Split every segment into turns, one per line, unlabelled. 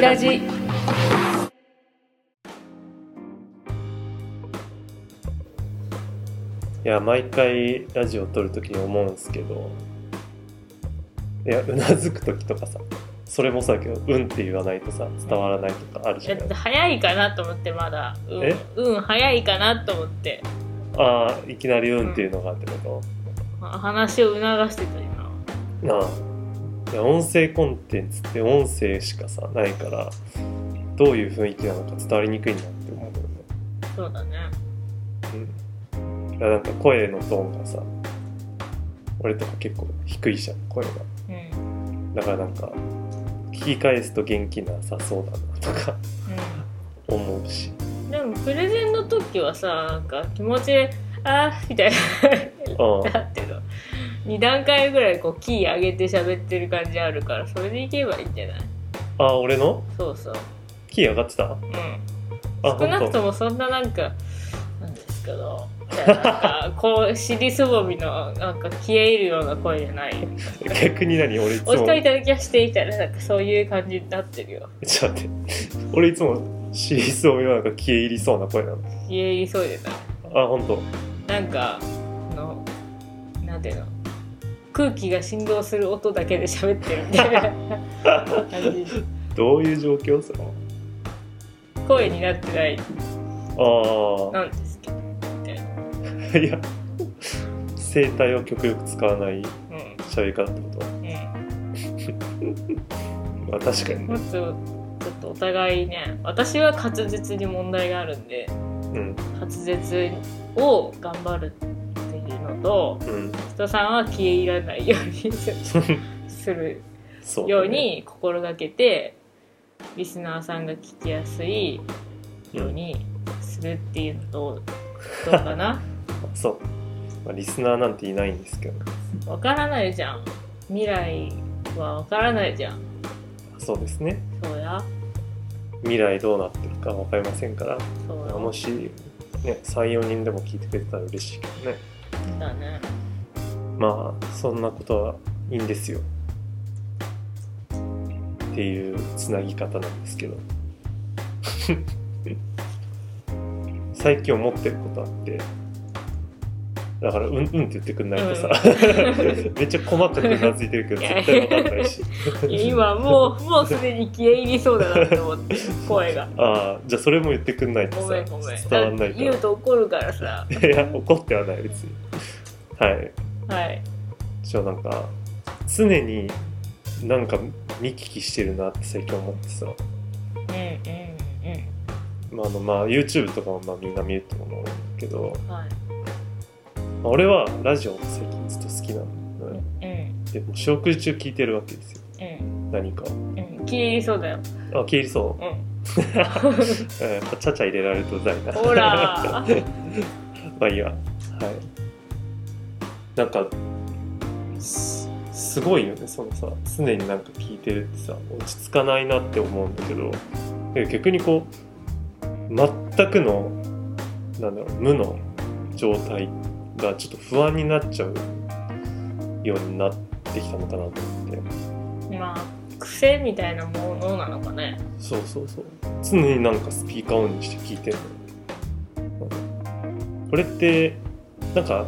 ラジ
いや毎回ラジオ撮るときに思うんですけどいやうなずくときとかさそれもそうだけど「うん」って言わないとさ伝わらないとかあるじ
ち
ゃ
ょっ
ない
と早いかなと思ってまだうん
え
うん早いかなと思って
ああいきなり「うん」っていうのがってこと、
あ話を促してた今
なあいや音声コンテンツって音声しかさないからどういう雰囲気なのか伝わりにくいなって思うけどね
そうだね
うん、いやなんか声のトーンがさ俺とか結構低いじゃん声が
うん
だからなんか聞き返すと元気なさそうだなとか思うし
うんでもプレゼンの時はさなんか気持ちであーみたい
うん
なだっての2段階ぐらいこうキー上げて喋ってる感じあるからそれでいけばいいんじゃない
あ俺の
そうそう
キー上がってたあ
うん少
本
なく
当
ともそんななんかなんですけどなんかこう尻すぼみのなんか消え入るような声じゃない
逆に何俺いつ
お
も
光いただきはしていたらなんかそういう感じになってるよ
ちょっと待って俺いつもシリーズをなんか消え入りそうな声なの
消え入りそうでな
あ本当
いなんかあのなんていうの空気が振動する音だけで喋ってるみたいな感じ
どういう状況それ
声になってない
あ
なんですけどみたいな
あいや声帯を極力使わない
うん
喋り方ってこと
う
まあ確かに
んも
ね
っとちょっとお互いね私は滑舌に問題があるんで
うん
滑舌を頑張るっていうのと
うん
人さんは消え入らないようにする
そうだね
ように心がけてリスナーさんが聞きやすいようにするっていうのとどうか な
そう、まあ、リスナーなんていないんですけど
わからないじゃん未来はわからないじゃん
そうですね
そうや
未来どうなってるか分かりませんから
そうや
もし、ね、34人でも聞いてくれたら嬉しいけどね
だね
まあそんなことはいいんですよっていうつなぎ方なんですけど 最近思ってることあってだから「うんうん」って言ってくんないとさ、 めっちゃ細かくうなずいてるけど絶対分かんないし
いや今もうもうすでに消え入りそうだなって思って声が
ああじゃあそれも言ってくんないと
ご
さ
めんごめん
伝わんないから
言うと怒るから さ
いや怒ってはない別にはい
はい
ちょなんか常になんか見聞きしてるなって最近思って
う
さ、
んうんうん
まああのまあ、YouTube とかもまあみんな見ると思うんだけど、
はい。
まあ俺はラジオが最近ずっと好きなのよ、
うん。
でもう四六時中聞いてるわけですよ
うん。
何か
うん。消え入りそうだよ。
あ消えりそう
うん。
うんやっぱちゃちゃ入れられるとうざいな
ほら。
まあいいわはいなんかすすごいよねそのさ常になんか聞いてるってさ落ち着かないなって思うんだけどで逆にこう全くのなんだろう無の状態がちょっと不安になっちゃうようになってきたのかなと思って
まあ、癖みたいなものなのかね。
そうそうそう常になんかスピーカーオンにして聞いてるのこれってなんか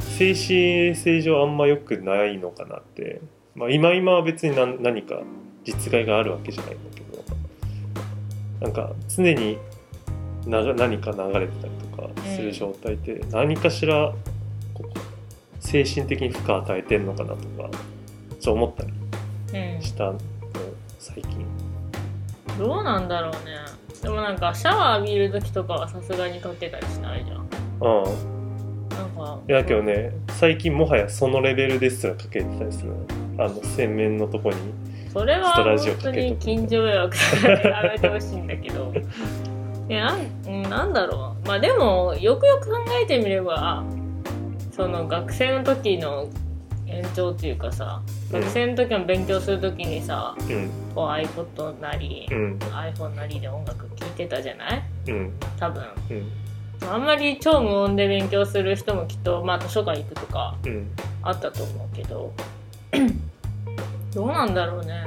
精神衛生上あんま良くないのかなって、まあ、今今は別に何何か実害があるわけじゃないんだけどなんか常になが何か流れてたりとかする状態って何かしらこう精神的に負荷与えてんのかなとかそう思ったり
うん
したの最近。
どうなんだろうね。でもなんか、シャワー浴びる時とかはさすがにかけたりしないじゃん。
うん
なんか。
いやだけど。ね最近もはやそのレベルですらかけてたりするあの洗面のとこに
それは
ちょっとラジオ
本
か
当
けとく
に近所迷惑やめてほしいんだけ ど。いや、なんうんなんだろう。まあでも、よくよく考えてみれば、その学生の時の延長っていうかさ、
うん
学生の時の勉強する時にさ、
うん
こう iPod なり
う、ん
iPhone なりで音楽聴いてたじゃない
うん
多分。
うん
あんまり超無音で勉強する人もきっと、まあ図書館行くとか
うん
あったと思うけど、どうなんだろうね。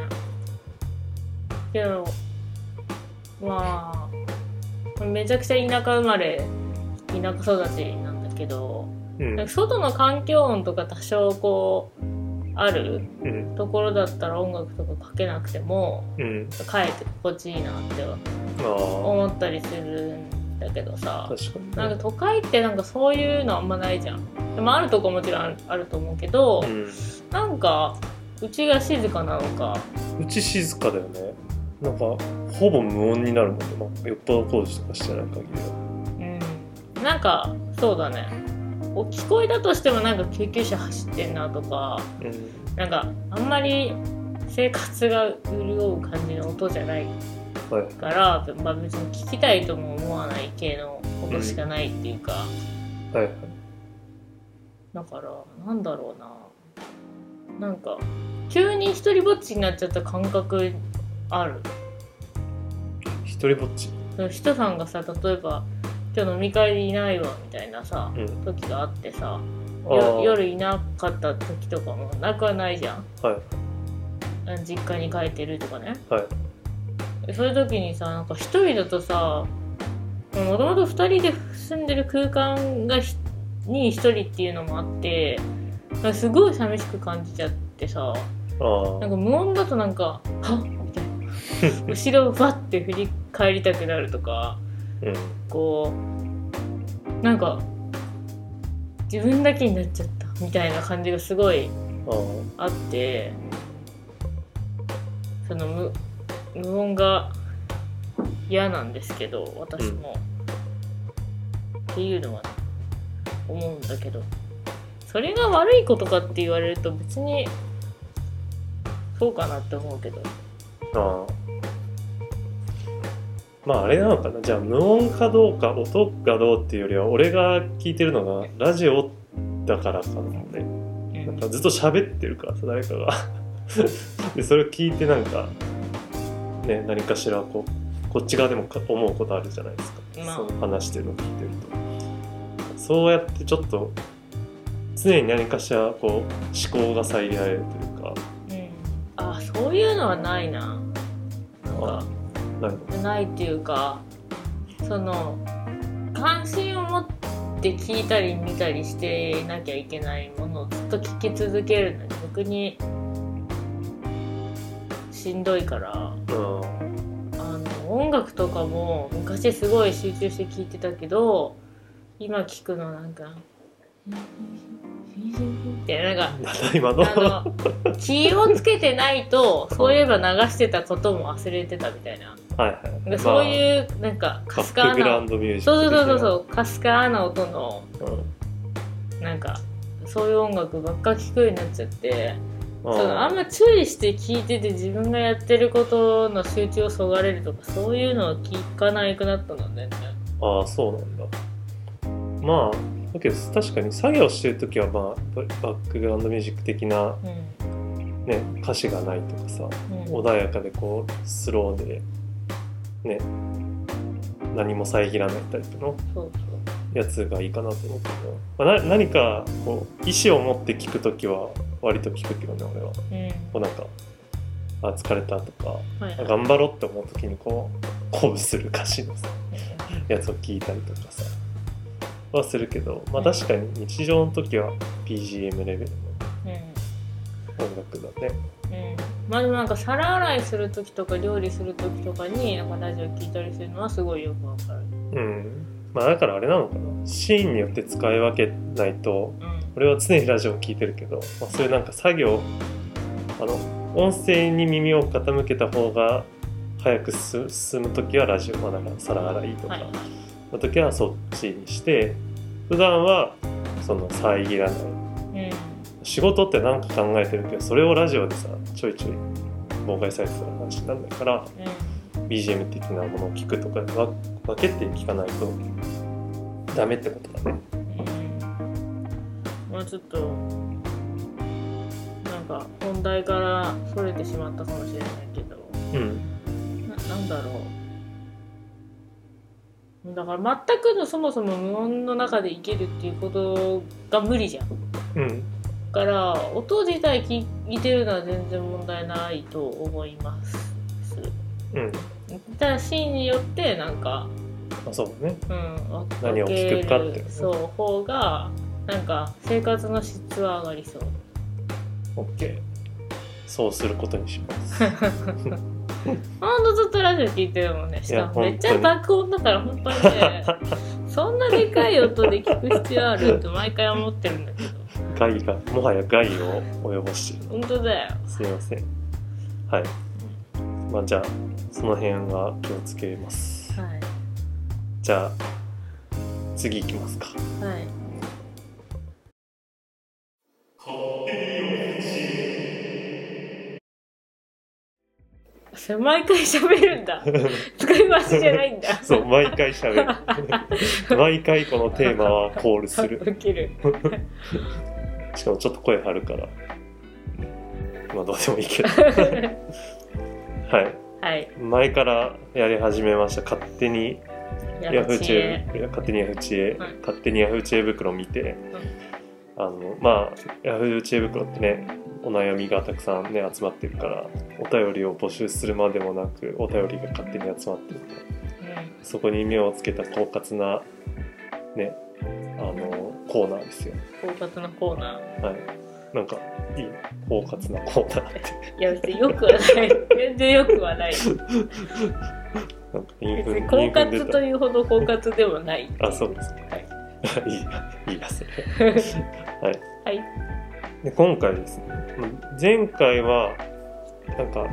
けど、まあめちゃくちゃ田舎生まれ田舎育ちなんだけど
うん
なんか外の環境音とか多少こうある
うん
ところだったら音楽とかかけなくても
うん
かえって心地いいなって
あ
思ったりするんだけど
あ
さ
確かに
なんか都会ってなんかそういうのあんまないじゃんでもあるとこもちろんあるあると思うけど、
う
なんかうちが静かなのか
ん、うち静かだよねなんかほぼ無音になるもんね、まあ、よっぽど工事とかしてない限りは
うんなんかそうだねお聞こえだとしてもなんか救急車走ってんなとか
うん
なんかあんまり生活が潤う感じの音じゃない
はい
から、まあ、別に聞きたいとも思わない系の音しかないっていうか、
はいはい
だからなんだろうななんか急に一人ぼっちになっちゃった感覚ある
一人ぼっち
その人さんがさ例えば「今日飲み会にいないわ」みたいなさ、
うん
時があってさ
あー
よ夜いなかった時とかもなくはないじゃん
はい
あの実家に帰ってるとかね
はい
そういう時にさなんか一人だとさもともと二人で住んでる空間がひに一人っていうのもあってなんかすごい寂しく感じちゃってさ
ああ
なんか無音だとなんか「はっ!」みたいな後ろをバッて振り返りたくなるとか
うん
こうなんか自分だけになっちゃったみたいな感じがすごい
あ
あってその無無音が嫌なんですけど私も、っていうのは思うんだけどそれが悪いことかって言われると別にそうかなって思うけど
あああまああれなのかなじゃあ無音かどうか音がどうっていうよりは俺が聞いてるのがラジオだからかなもね
うん
なんかずっと喋ってるからさ誰かが でそれを聞いてなんかね何かしらこうこっち側でもか思うことあるじゃないですか、
まあ
その話してるのを聞いてるとそうやってちょっと常に何かしらこう思考が遮られるというか
うんあそういうのはないななんか
なんか
ないっていうかその関心を持って聞いたり見たりしてなきゃいけないものをずっと聞き続けるのに逆にしんどいから
うん
あの音楽とかも昔すごい集中して聴いてたけど今聞くのなんか「ってなんか。
なんだ今の
あの気をつけてないとそういえば流してたことも忘れてたみたいな
はい
なん
はい
かそう
う、
いうなんか
まあ、カ
かす
ッ
か
プグラウ
な
ンドミュージック
そうそうそう
う
そうかすかな音の
そう、うん
なんかそういう音楽ばっか聞くようになっちゃって
あー
そのあんま注意して聞いてて自分がやってることの集中をそがれるとかそういうのを聞かなくなったのね
ああそうなんだまあだけど確かに作業してる時はまあババックグラウンドミュージック的な、
うん
ね、歌詞がないとかさ
うん
穏やかでこうスローでね何も遮らないタイプの
そう
やつがいいかなと思うけど、まあ、な何かこう意思を持って聞く時は割と聞くけどね俺は
そううん
こうなんかあ疲れたとか
はいはい
頑張ろうって思う時にこう鼓舞する歌詞のさやつを聞いたりとかさはするけどまあ確かに日常の時は BGM レ
う
ベル
ん
の音楽だね
うんまあでもなんか皿洗いする時とか料理する時とかになんかラジオ聞いたりするのはすごいよくわかる
うんまあだからあれなのかなシーンによって使い分けないと
うん
俺は常にラジオを聴いてるけど、まあ、そういうなんか作業あの音声に耳を傾けた方が早くす進む時はラジオ、まあ、なんか皿洗いとか
はいはい
の時はそっちにして普段はその遮らない
うん
仕事って何か考えてるけどそれをラジオでさちょいちょい妨害されてたら話になんだから BGM 的なものを聞くとかに分分けて聞かないとダメってことだね
うんまあちょっとなんか本題からそれてしまったかもしれないけど
うん
ななんだろうだから全くのそもそも無音の中で生きるっていうことが無理じゃんだ
うん
から音自体聞いてるのは全然問題ないと思います
うん
ただシーンによってなんか、
あそうね
うん、分
何を聞くかっ
け
て
るそう方がなんか生活の質は上がりそう
OK そうすることにし ます
ほんとずっとラジオ聞いてるもんねしかもめっちゃ爆音だから本当に ねそんなでかい音で聞く必要あるって毎回思ってるんだけど
害がもはや害を及ぼしている
本当だよ
すいませんはいまあじゃあその辺は気をつけます
はい
じゃあ次行きますか
はいそれ毎回喋るんだ使い回しじゃないんだ
そう毎回喋 る毎回このテーマはコールする
ウケる
しかもちょっと声張るからまあどうでもいいけどはい
はい
前からやり始めました勝手にヤフー知恵いや勝手にヤフー知恵、
はい
勝手にヤフー知恵袋見て、あのまあヤフー知恵袋ってねお悩みがたくさんね集まってるからお便りを募集するまでもなくお便りが勝手に集まってるからそこに目をつけた狡猾なねあのコーナーですよ
うん、狡猾なコーナー
はいなんかいい狡猾なコーナーって
いや別によくはない全然よくはない別
なんかインフ
に
ン
狡
インフン
猾
出
というほど狡猾ではない
たあそうです
はい
いいいいやそれ
はい
で今回ですねまあ前回はなんか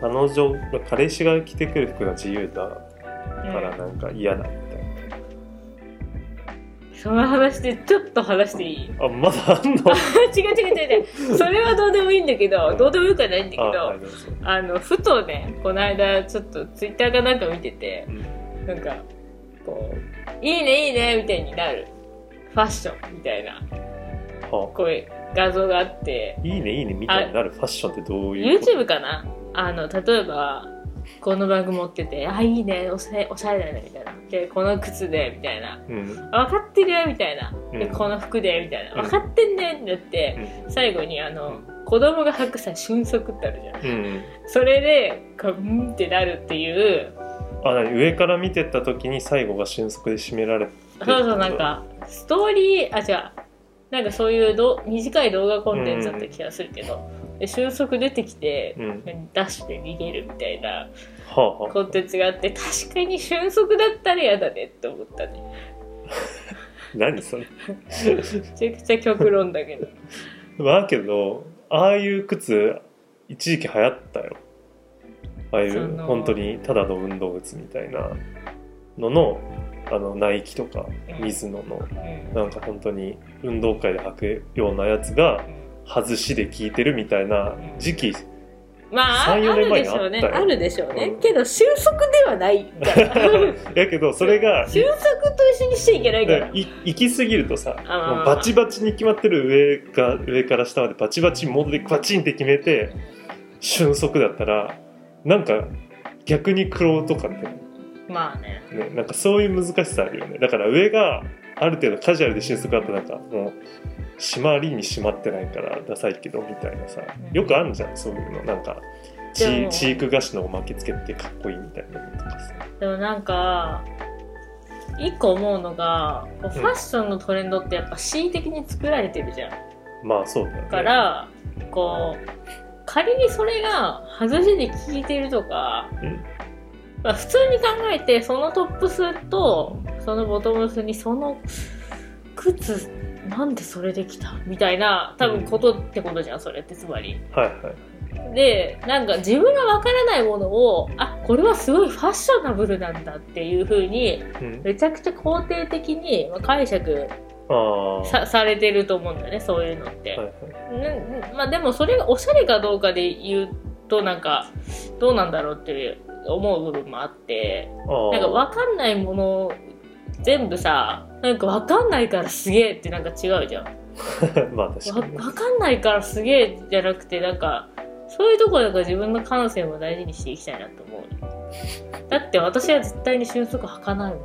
彼女彼氏が着てくる服が自由だか
うん
らなんか嫌だみたい
その話でちょっと話してい い
な、あまだあ
違う
んの
違う違う違うそれはどうでもいいんだけどどうでもよくはないんだけ
あ
ど
はいどうぞ
あのふとねこの間ちょっとツイッターかなんか見てて
うん
なんかこう「いいねいいね」みたいになるファッションみたいな
は
こういう画像があって
あいいねいいねみたいになるファッションってどういうこと
YouTube かなあの例えばこのバッグ持ってて「あいいねおしゃれおしゃれだね」みたいな「でこの靴で」みたいな
うん、
分かってるよみたいな、で
うん
この服でみたいな
うん
分かってんねんってなって、最後にあの子供が履くさ瞬足ってあるじゃん
うん、
それでこううんってなるっていう
あ何上から見てった時に最後が瞬足で締められて
そうそうなんかストーリーあじゃあなんかそういうど短い動画コンテンツだった気がするけど、で瞬足出てきて
うん
ダッシュで逃げるみたいな
はあはあ
コンテンツがあって確かに瞬足だったら嫌だねって思ったね
何それ
めちゃくちゃ極論だけど
まあけどああいう靴一時期流行ったよああい
そうの
本当にただの運動靴みたいなののあのナイキとか
うん
ミズノの
うん
なんか本当に運動会で履くようなやつが外しで効いてるみたいな時期
まああ
3-4
ある
年
で
前に
し
あったよ
ょうねあるでしょうね、
うん
けど収束ではないみたいな
やけ どそれ が
収束と一緒にしちゃいけないから
い行き過ぎるとさ
あー
もうバチバチに決まってる上が上から下までバチバチモードでバチンって決めて瞬足だったらなんか逆に苦労とかって
まあね
ね、なんかそういう難しさあるよねだから上がある程度カジュアルで収束だとなんかもう締まりに締まってないからダサいけどみたいなさ
うん
よくあるじゃんそういうのなんか
で
チ
も
チーク菓子のおまけつけてかっこいいみたいなのとかさ
でもなんか一個思うのがこう
うん
ファッションのトレンドってやっぱ恣意的に作られてるじゃん
まあそうだよね
だからこう仮にそれが外しで効いてるとか
うん、
まあ、普通に考えてそのトップスとそのボトムスにその靴なんでそれできたみたいな多分ことってことじゃんそれってつまり。
はいはい
でなんか自分がわからないものをあこれはすごいファッショナブルなんだっていう風に
うん、
めちゃくちゃ肯定的にまあ解釈
ああは
さされてると思うんだよねそういうのって。
いはい
ねまあでもそれがおしゃれかどうかで言うとなんかどうなんだろうっていう思う部分もあって
ああ
なんか分かんないもの全部さなんか分かんないからすげえってなんか違うじゃん
まあ確
わ
かにね
分かんないからすげえじゃなくてなんかそういうところなんか自分の感性も大事にしていきたいなと思うだって私は絶対に瞬足履かないも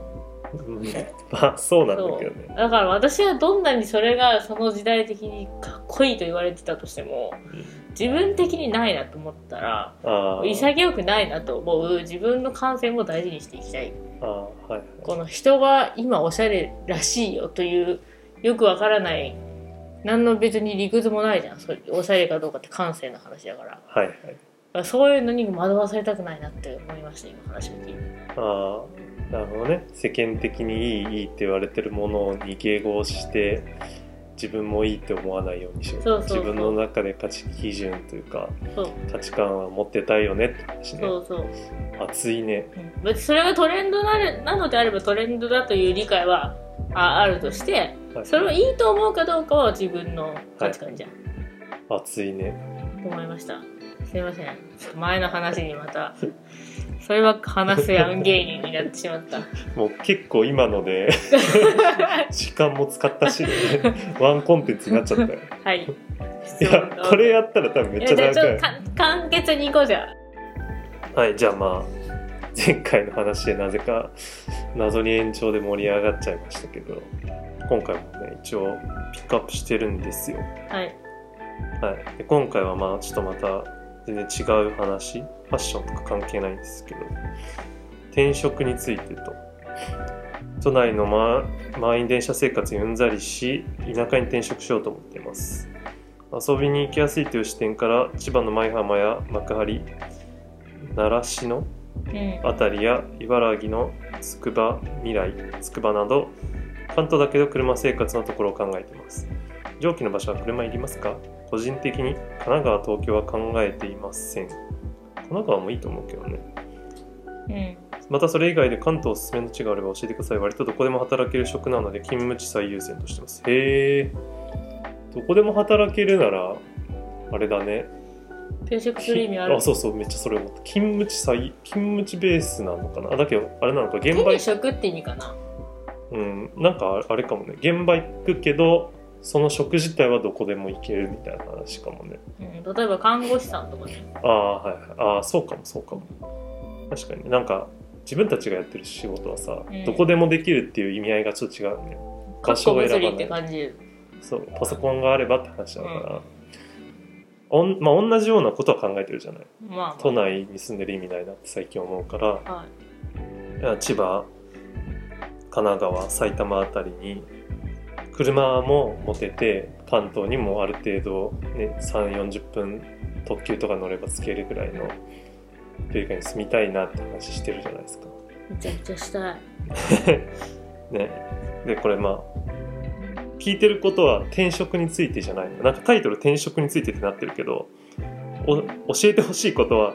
ん
うんまあそうなんだけどね
だから私はどんなにそれがその時代的にかっこいいと言われてたとしても
うん
自分的にないなと思ったら
あー
潔くないなと思う自分の感性も大事にしていきたい
あーはい
この人が今おしゃれらしいよというよくわからない何の別に理屈もないじゃんそれおしゃれかどうかって感性の話だからだか
はいはい
らそういうのに惑わされたくないなって思いました今話を聞いて
ああなるほどね世間的にいいいいって言われてるものに迎合して自分もいいって思わないようにしよう
そうそうそう
自分の中で価値基準というか
そう
価値観は持ってたいよねって話ね
そうそう、
熱いね
うん、別にそれがトレンドなるなのであればトレンドだという理解はああるとして
はい
それをいいと思うかどうかは自分の価値観じゃん、
熱いね
と思いましたすいませんちょっと前の話にまたそれは話すやん芸人になってしまった
もう結構今 ので時間も使ったし、ね、ワンコンテンツになっちゃったよ
はい。
いやこれやったら多分めっちゃ
え
長
じゃあちょっ
い
とか簡潔に行こうじゃん。
はいじゃあまあ前回の話でなぜか謎に延長で盛り上がっちゃいましたけど今回もね一応ピックアップしてるんですよ、
はい。
はい、で今回はまあちょっとまた全然違う話ファッションとか関係ないんですけど転職についてと都内のま満員電車生活にうんざりし田舎に転職しようと思っています遊びに行きやすいという視点から千葉の舞浜や幕張習志野
うん。
辺りや茨城のつくば未来つくばなど関東だけど車生活のところを考えています上記の場所は車いりますか個人的に神奈川東京は考えていません神奈川もいいと思うけどね
うん。
またそれ以外で関東おすすめの地があれば教えてください割とどこでも働ける職なので勤務地最優先としてますへえどこでも働けるならあれだね
転職する意味ある。
そうそうめっちゃそれ思った勤務地最勤務地ベースなのかなあだけどあれなのか現場
転職って意味かな。
うん、なんかあれかもね現場行くけどその職自体はどこでも行けるみたいな話かもね
うん。例えば看護師さんとかね。
ああはいはいああそうかもそうかも確かになんか自分たちがやってる仕事はさ、
うん
どこでもできるっていう意味合いがちょっと違うね
か
場
っ
所
こ
を
物
選
理
ばな
って
い
感じ。
そうパソコンがあればって話だから、おんまあ、同じようなことは考えてるじゃない
まあ、
都内に住んでる意味ないなって最近思うから
まあ。はい。
いや千葉神奈川埼玉あたりに車も持てて関東にもある程度、ね、3 4 0分特急とか乗れば着けるぐらいの距離感に住みたいなって話してるじゃないですか。
めちゃくちゃしたい。
ね、でこれまあ聞いてることは転職についてじゃないのなんかタイトル「転職について」ってなってるけどお教えてほしいことは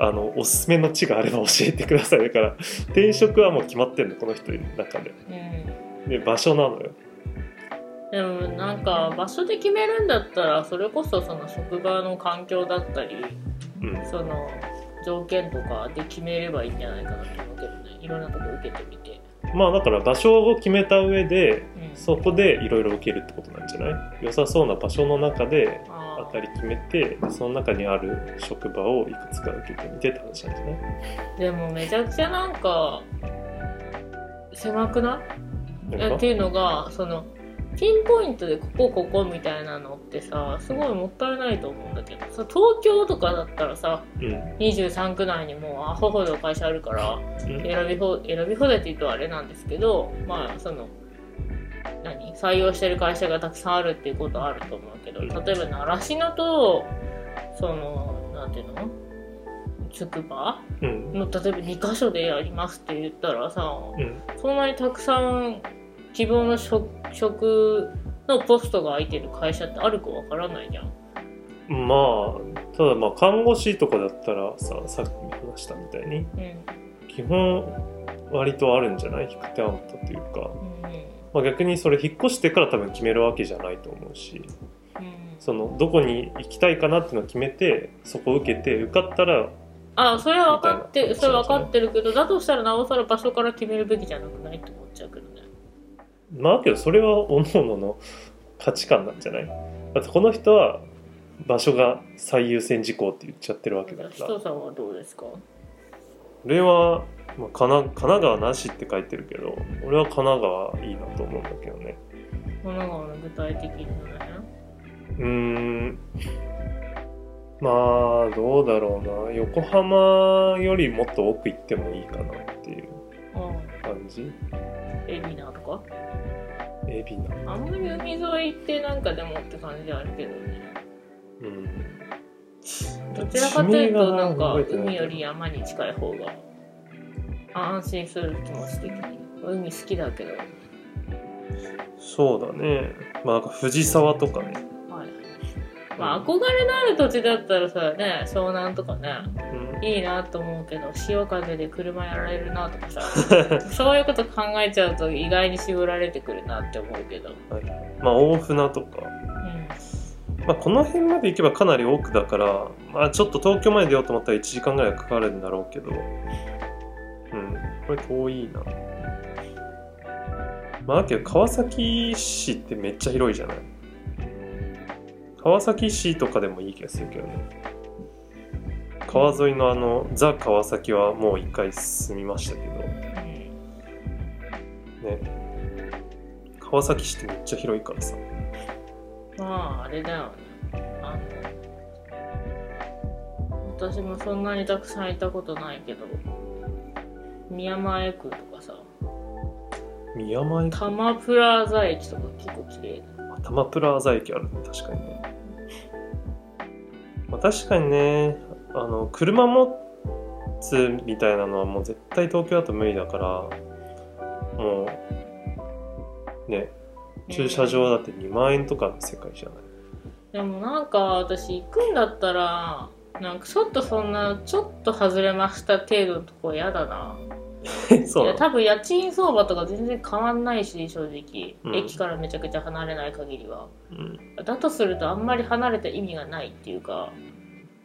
あのおすすめの地があれば教えてくださいだから転職はもう決まってるのこの人の中で
うん。
で場所なのよ
でもなんか場所で決めるんだったらそれこそその職場の環境だったり
うん
その条件とかで決めればいいんじゃないかなと思うけどねいろんなとこ受けてみて、
まあだから場所を決めた上で
うん、
そこでいろいろ受けるってことなんじゃない良さそうな場所の中で
あ
当
ー
たり決めてでその中にある職場をいくつか受けてみてって話なんじゃない
でもめちゃくちゃなんか狭くない
な
え
ん
っ
か
ていうのがそのピンポイントでここここみたいなのってさすごいもったいないと思うんだけどさ東京とかだったらさ
うん
23区内にもうアホほど会社あるから
うん
選びほ選び放題って言うとあれなんですけどまあその何採用してる会社がたくさんあるっていうことはあると思うけど
うん
例えば習志野とそのなんていうのつくば
うん
の例えば2箇所でやりますって言ったらさ
うん
そんなにたくさん希望の職職のポストが空いてる会社ってあるかわからないじゃん。
まあただまあ看護師とかだったらささっきも話したみたいに
うん
基本割とあるんじゃない引く手あんたというか、
うん
まあ、逆にそれ引っ越してから多分決めるわけじゃないと思うし
うん
そのどこに行きたいかなっていうのを決めてそこを受けて受かったら
あそれは分かっ
みたい
て
な
それは分かってるけどだとしたらなおさら場所から決めるべきじゃなくないって思っちゃうけどね。
まあけどそれは各々の価値観なんじゃないだってこの人は場所が最優先事項って言っちゃってるわけだ
ひ
から
と
こ
さんはどうですか
れは、まあ、かな神奈川なしって書いてるけど俺は神奈川いいなと思うんだけどね
神奈川の具体的にね。
うーんまあどうだろうな横浜よりもっと奥行ってもいいかなっていう
うん
感じ
海老名とか
海老名
あんまり海沿いってなんかでもって感じあるけどね
うん
どちらかというとなんか
地名が覚えてない
海より山に近い方が安心する気持ち的に海好きだけどはい
そうだねまあなんか藤沢とかね
まあ憧れのある土地だったらさね湘南とかね
うん
いいなと思うけど潮風で車やられるなと かさそういうこと考えちゃうと意外に絞られてくるなって思うけど
まあ大船とか
うん
まあ、この辺まで行けばかなり奥だから、まあ、ちょっと東京まで出ようと思ったら1時間ぐらいはかかるんだろうけど、うん、これ遠いな。まあ、だけど川崎市ってめっちゃ広いじゃない川崎市とかでもいい気がするけどね。川沿いのあの、ザ・川崎はもう一回住みましたけど、
うん
ね。川崎市ってめっちゃ広いからさ。
まああれだよねあの私もそんなにたくさん行ったことないけど宮前区とかさ
宮前
多摩プラザ駅とか結構綺麗だ
タマプラーザ駅あるね確かにね、まあ、確かにねあの車持つみたいなのはもう絶対東京だと無理だからもうね駐車場だって2万円とかの世界じゃない、
でもなんか私行くんだったらなんかちょっとそんなちょっと外れました程度のとこ嫌だな
そう
い
な
や
の
多分家賃相場とか全然変わんないし正直、
うん
駅からめちゃくちゃ離れない限りは
うん
だとするとあんまり離れた意味がないっていうか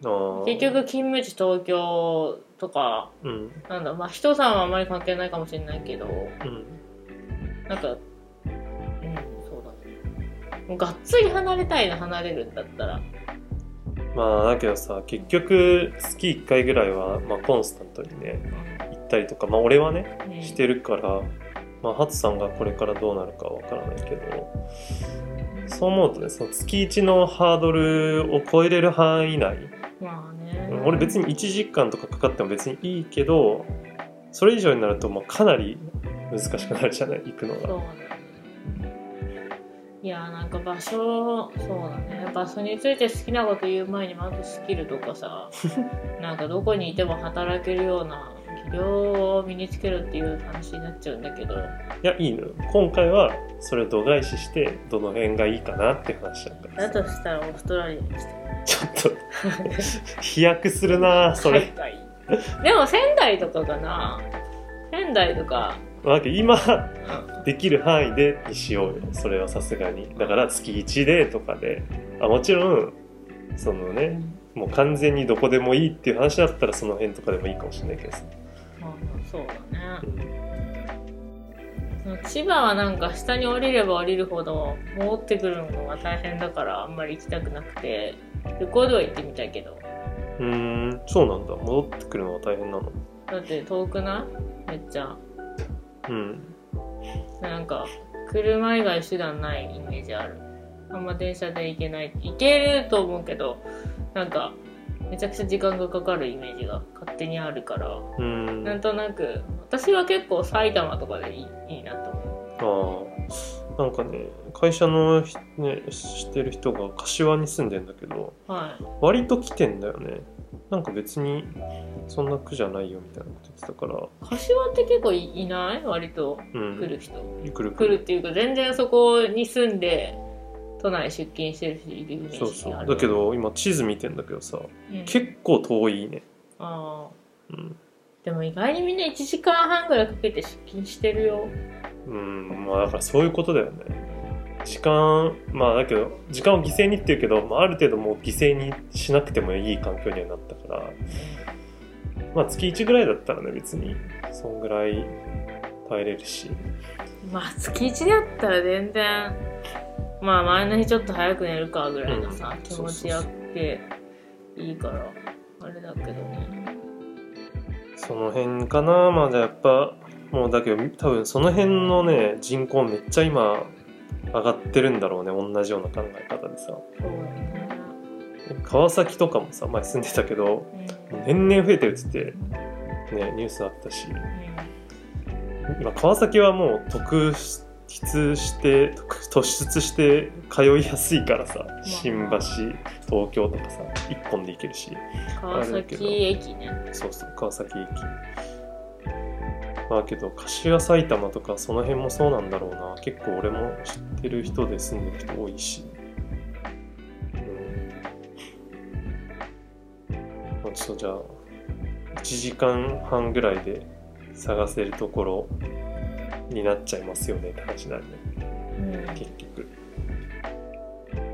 あー
結局勤務地東京とか
うん
なんだまあ人さんはあんまり関係ないかもしれないけど
うん
なんかうんそうだねもうがっつり離れたいな離れるんだったら
まあだけどさ結局月1回ぐらいは、まあ、コンスタントにね行ったりとかまあ俺はね
うん
してるから、まあ、ハツさんがこれからどうなるかはわからないけど、そう思うとね、その月1のハードルを超えれる範囲内、
まあね
俺別に1時間とかかかっても別にいいけど、それ以上になるともうかなり難しくなるじゃない、行くの
そう
が。
だねいやなんか場所そうだね場所について好きなこと言う前にまずスキルとかさなんかどこにいても働けるような技量を身につけるっていう話になっちゃうんだけど
いや、いいのよ。今回はそれを度外視して、どの辺がいいかなって話だから
だ
さ。
としたらオーストラリアにして
ちょっと、飛躍するな それ。
海外でも仙台とかかな仙台とか、
まあなんか今、
うん
できる範囲でにしようよそれはさすがにだから月1でとかであもちろんそのねもう完全にどこでもいいっていう話だったらその辺とかでもいいかもしれないけどさ、
まあまあそうだ
う
ね
ん
千葉はなんか下に降りれば降りるほど戻ってくるのが大変だからあんまり行きたくなくて旅行では行ってみたいけど
うーんそうなんだ戻ってくるのは大変なの
だって遠くないめっちゃ
うん
なんか車以外手段ないイメージあるあんま電車で行けない行けると思うけどなんかめちゃくちゃ時間がかかるイメージが勝手にあるから
うーん
なんとなく私は結構埼玉とかでいいいいなと思
あーなんかね会社のひ、ね、してる人が柏に住んでんだけど
うはい
割と来てんだよねなんか別にそんな苦じゃないよみたいなこと言ってたから
柏って結構いいない割と
うん
来る人、
来る来
来るっていうか全然そこに住んで都内出勤してるしイメージ
そうそ
あ
う
る
だけ、ど今地図見てんだけどさ
うん
結構遠いね、
あー
うん、
でも意外にみんな1時間半ぐらいかけて出勤してるよ
うん、まあだからそういうことだよね時間まあだけど時間を犠牲にっていうけど、まあ、ある程度もう犠牲にしなくてもいい環境にはなったからまあ月1ぐらいだったらね別にそんぐらい耐えれるし
まあ月1だったら全然まあ前の日ちょっと早く寝るかぐらいのさ、
うん
気持ちやっていいからあれだけどね
その辺かなまあじゃあやっぱもうだけど多分その辺のね人口めっちゃ今上がってるんだろうね同じような考え方でさ
そうだね
川崎とかもさ前住んでたけど
うん
年々増えてるっつって、ね、ニュースあったし今川崎はもう特筆して特突出して通いやすいからさ新橋東京とかさ1本で行けるし
川崎駅ね
そうそう川崎駅まあけど柏埼玉とかその辺もそうなんだろうな結構俺も知ってる人で住んでる人多いし、うん、もうちょっとじゃあ1時間半ぐらいで探せるところになっちゃいますよねって話だよね
う
結局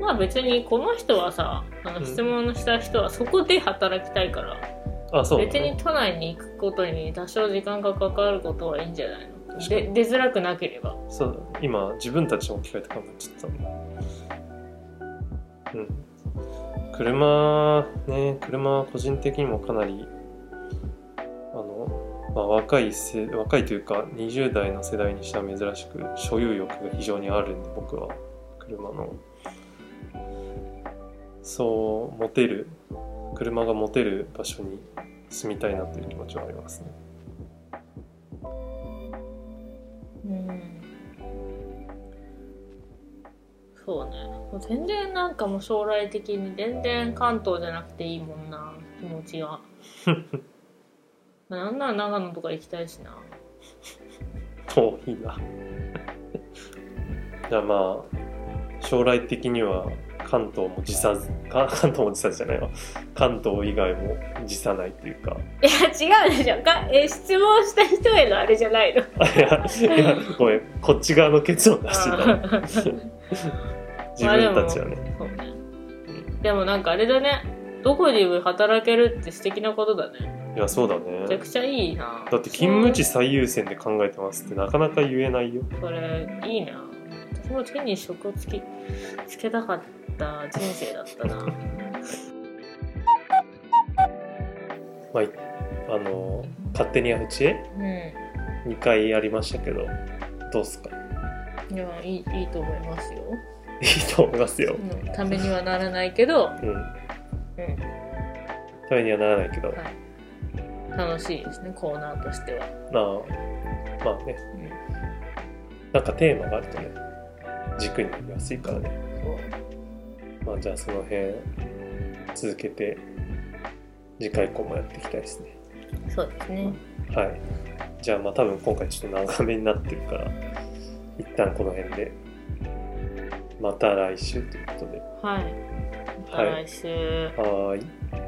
んまあ別にこの人はさあの質問のした人はそこで働きたいから、
あそうだ
別に
ね
都内に行くことに多少時間がかかることはいいんじゃないの
確かに
で出づらくなければ
そうだ今自分たちに置き換えて考えちゃったうん車ね車は個人的にもかなりあの、まあ、若いせ若いというか20代の世代にしては珍しく所有欲が非常にあるんで僕は車のそう持てる車が持てる場所に住みたいなという気持ちはありますね
うんそうねもう全然なんかもう将来的に全然関東じゃなくていいもんな気持ち がなんなら長野とか行きたいしな
遠いな じゃあまあ将来的には関東も辞さずか関東も辞さずじゃないわ関東以外も辞さないというか
いや違うでしょかえ質問した人へのあれじゃないの
あいやいやごめんこっち側の結論出してたわ自分たちはね、
そうねでもなんかあれだねどこにも働けるって素敵なことだね
いやそうだ
めちゃ
ね
くちゃいいな
だって勤務地最優先で考えてますってなかなか言えないよ
これいいな私も手に職をつきつけたかった人生だったな
まあいあの勝手にやる知恵
う
2回やりましたけどどうっすか
んいやいいいいと思いますよ、
いいと思いますよ
うん、ためにはならないけど、
うん
うん
ためにはならないけど、
楽しいですねコーナーとしては、
まあ、まあね、
うん
なんかテーマがあるとね、軸になりやすいからね。まあじゃあその辺、続けて、次回以降もやっていきたいですね。
そうですね
はい。じゃあまあ多分今回ちょっと長めになってるから、一旦この辺で、また来週ということで。
はいまた来週、
はーい。